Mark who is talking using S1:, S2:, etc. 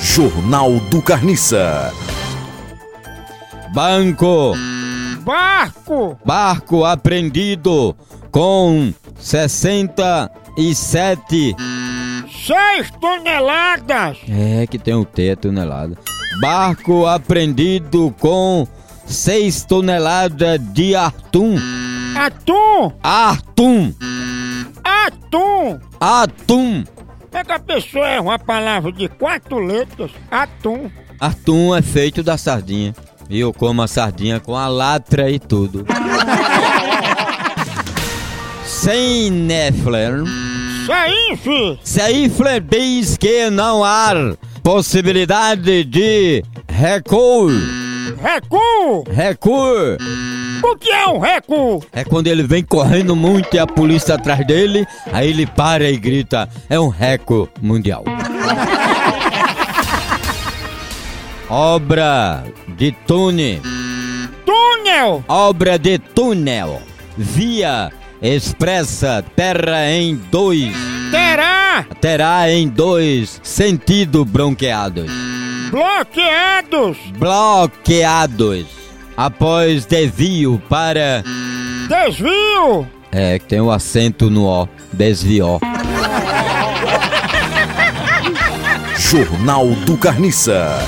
S1: Jornal do Carniça.
S2: Banco,
S3: Barco!
S2: barco apreendido com 67.
S3: seis toneladas!
S2: É que tem o T, é tonelada. Barco apreendido com 6 toneladas de atum.
S3: Atum!
S2: Atum!
S3: Atum!
S2: Atum!
S3: É que a pessoa erra uma palavra de quatro letras. Atum!
S2: Atum é feito da sardinha. E eu como a sardinha com a latra e tudo. Sem Neffler.
S3: Saífe!
S2: Seifler diz que não há possibilidade de recuo.
S3: Recuo!
S2: Recuo
S3: O que é um recuo?
S2: é quando ele vem correndo muito e a polícia atrás dele, aí ele para e grita: é um reco mundial. obra de túnel,
S3: Túnel!
S2: obra de túnel, via expressa terra em dois,
S3: Terá!
S2: terá em dois sentido bronqueados.
S3: Bloqueados!
S2: bloqueados após desvio para.
S3: Desvio!
S2: É, que tem o acento no O, desviou.
S1: Jornal do Carniça.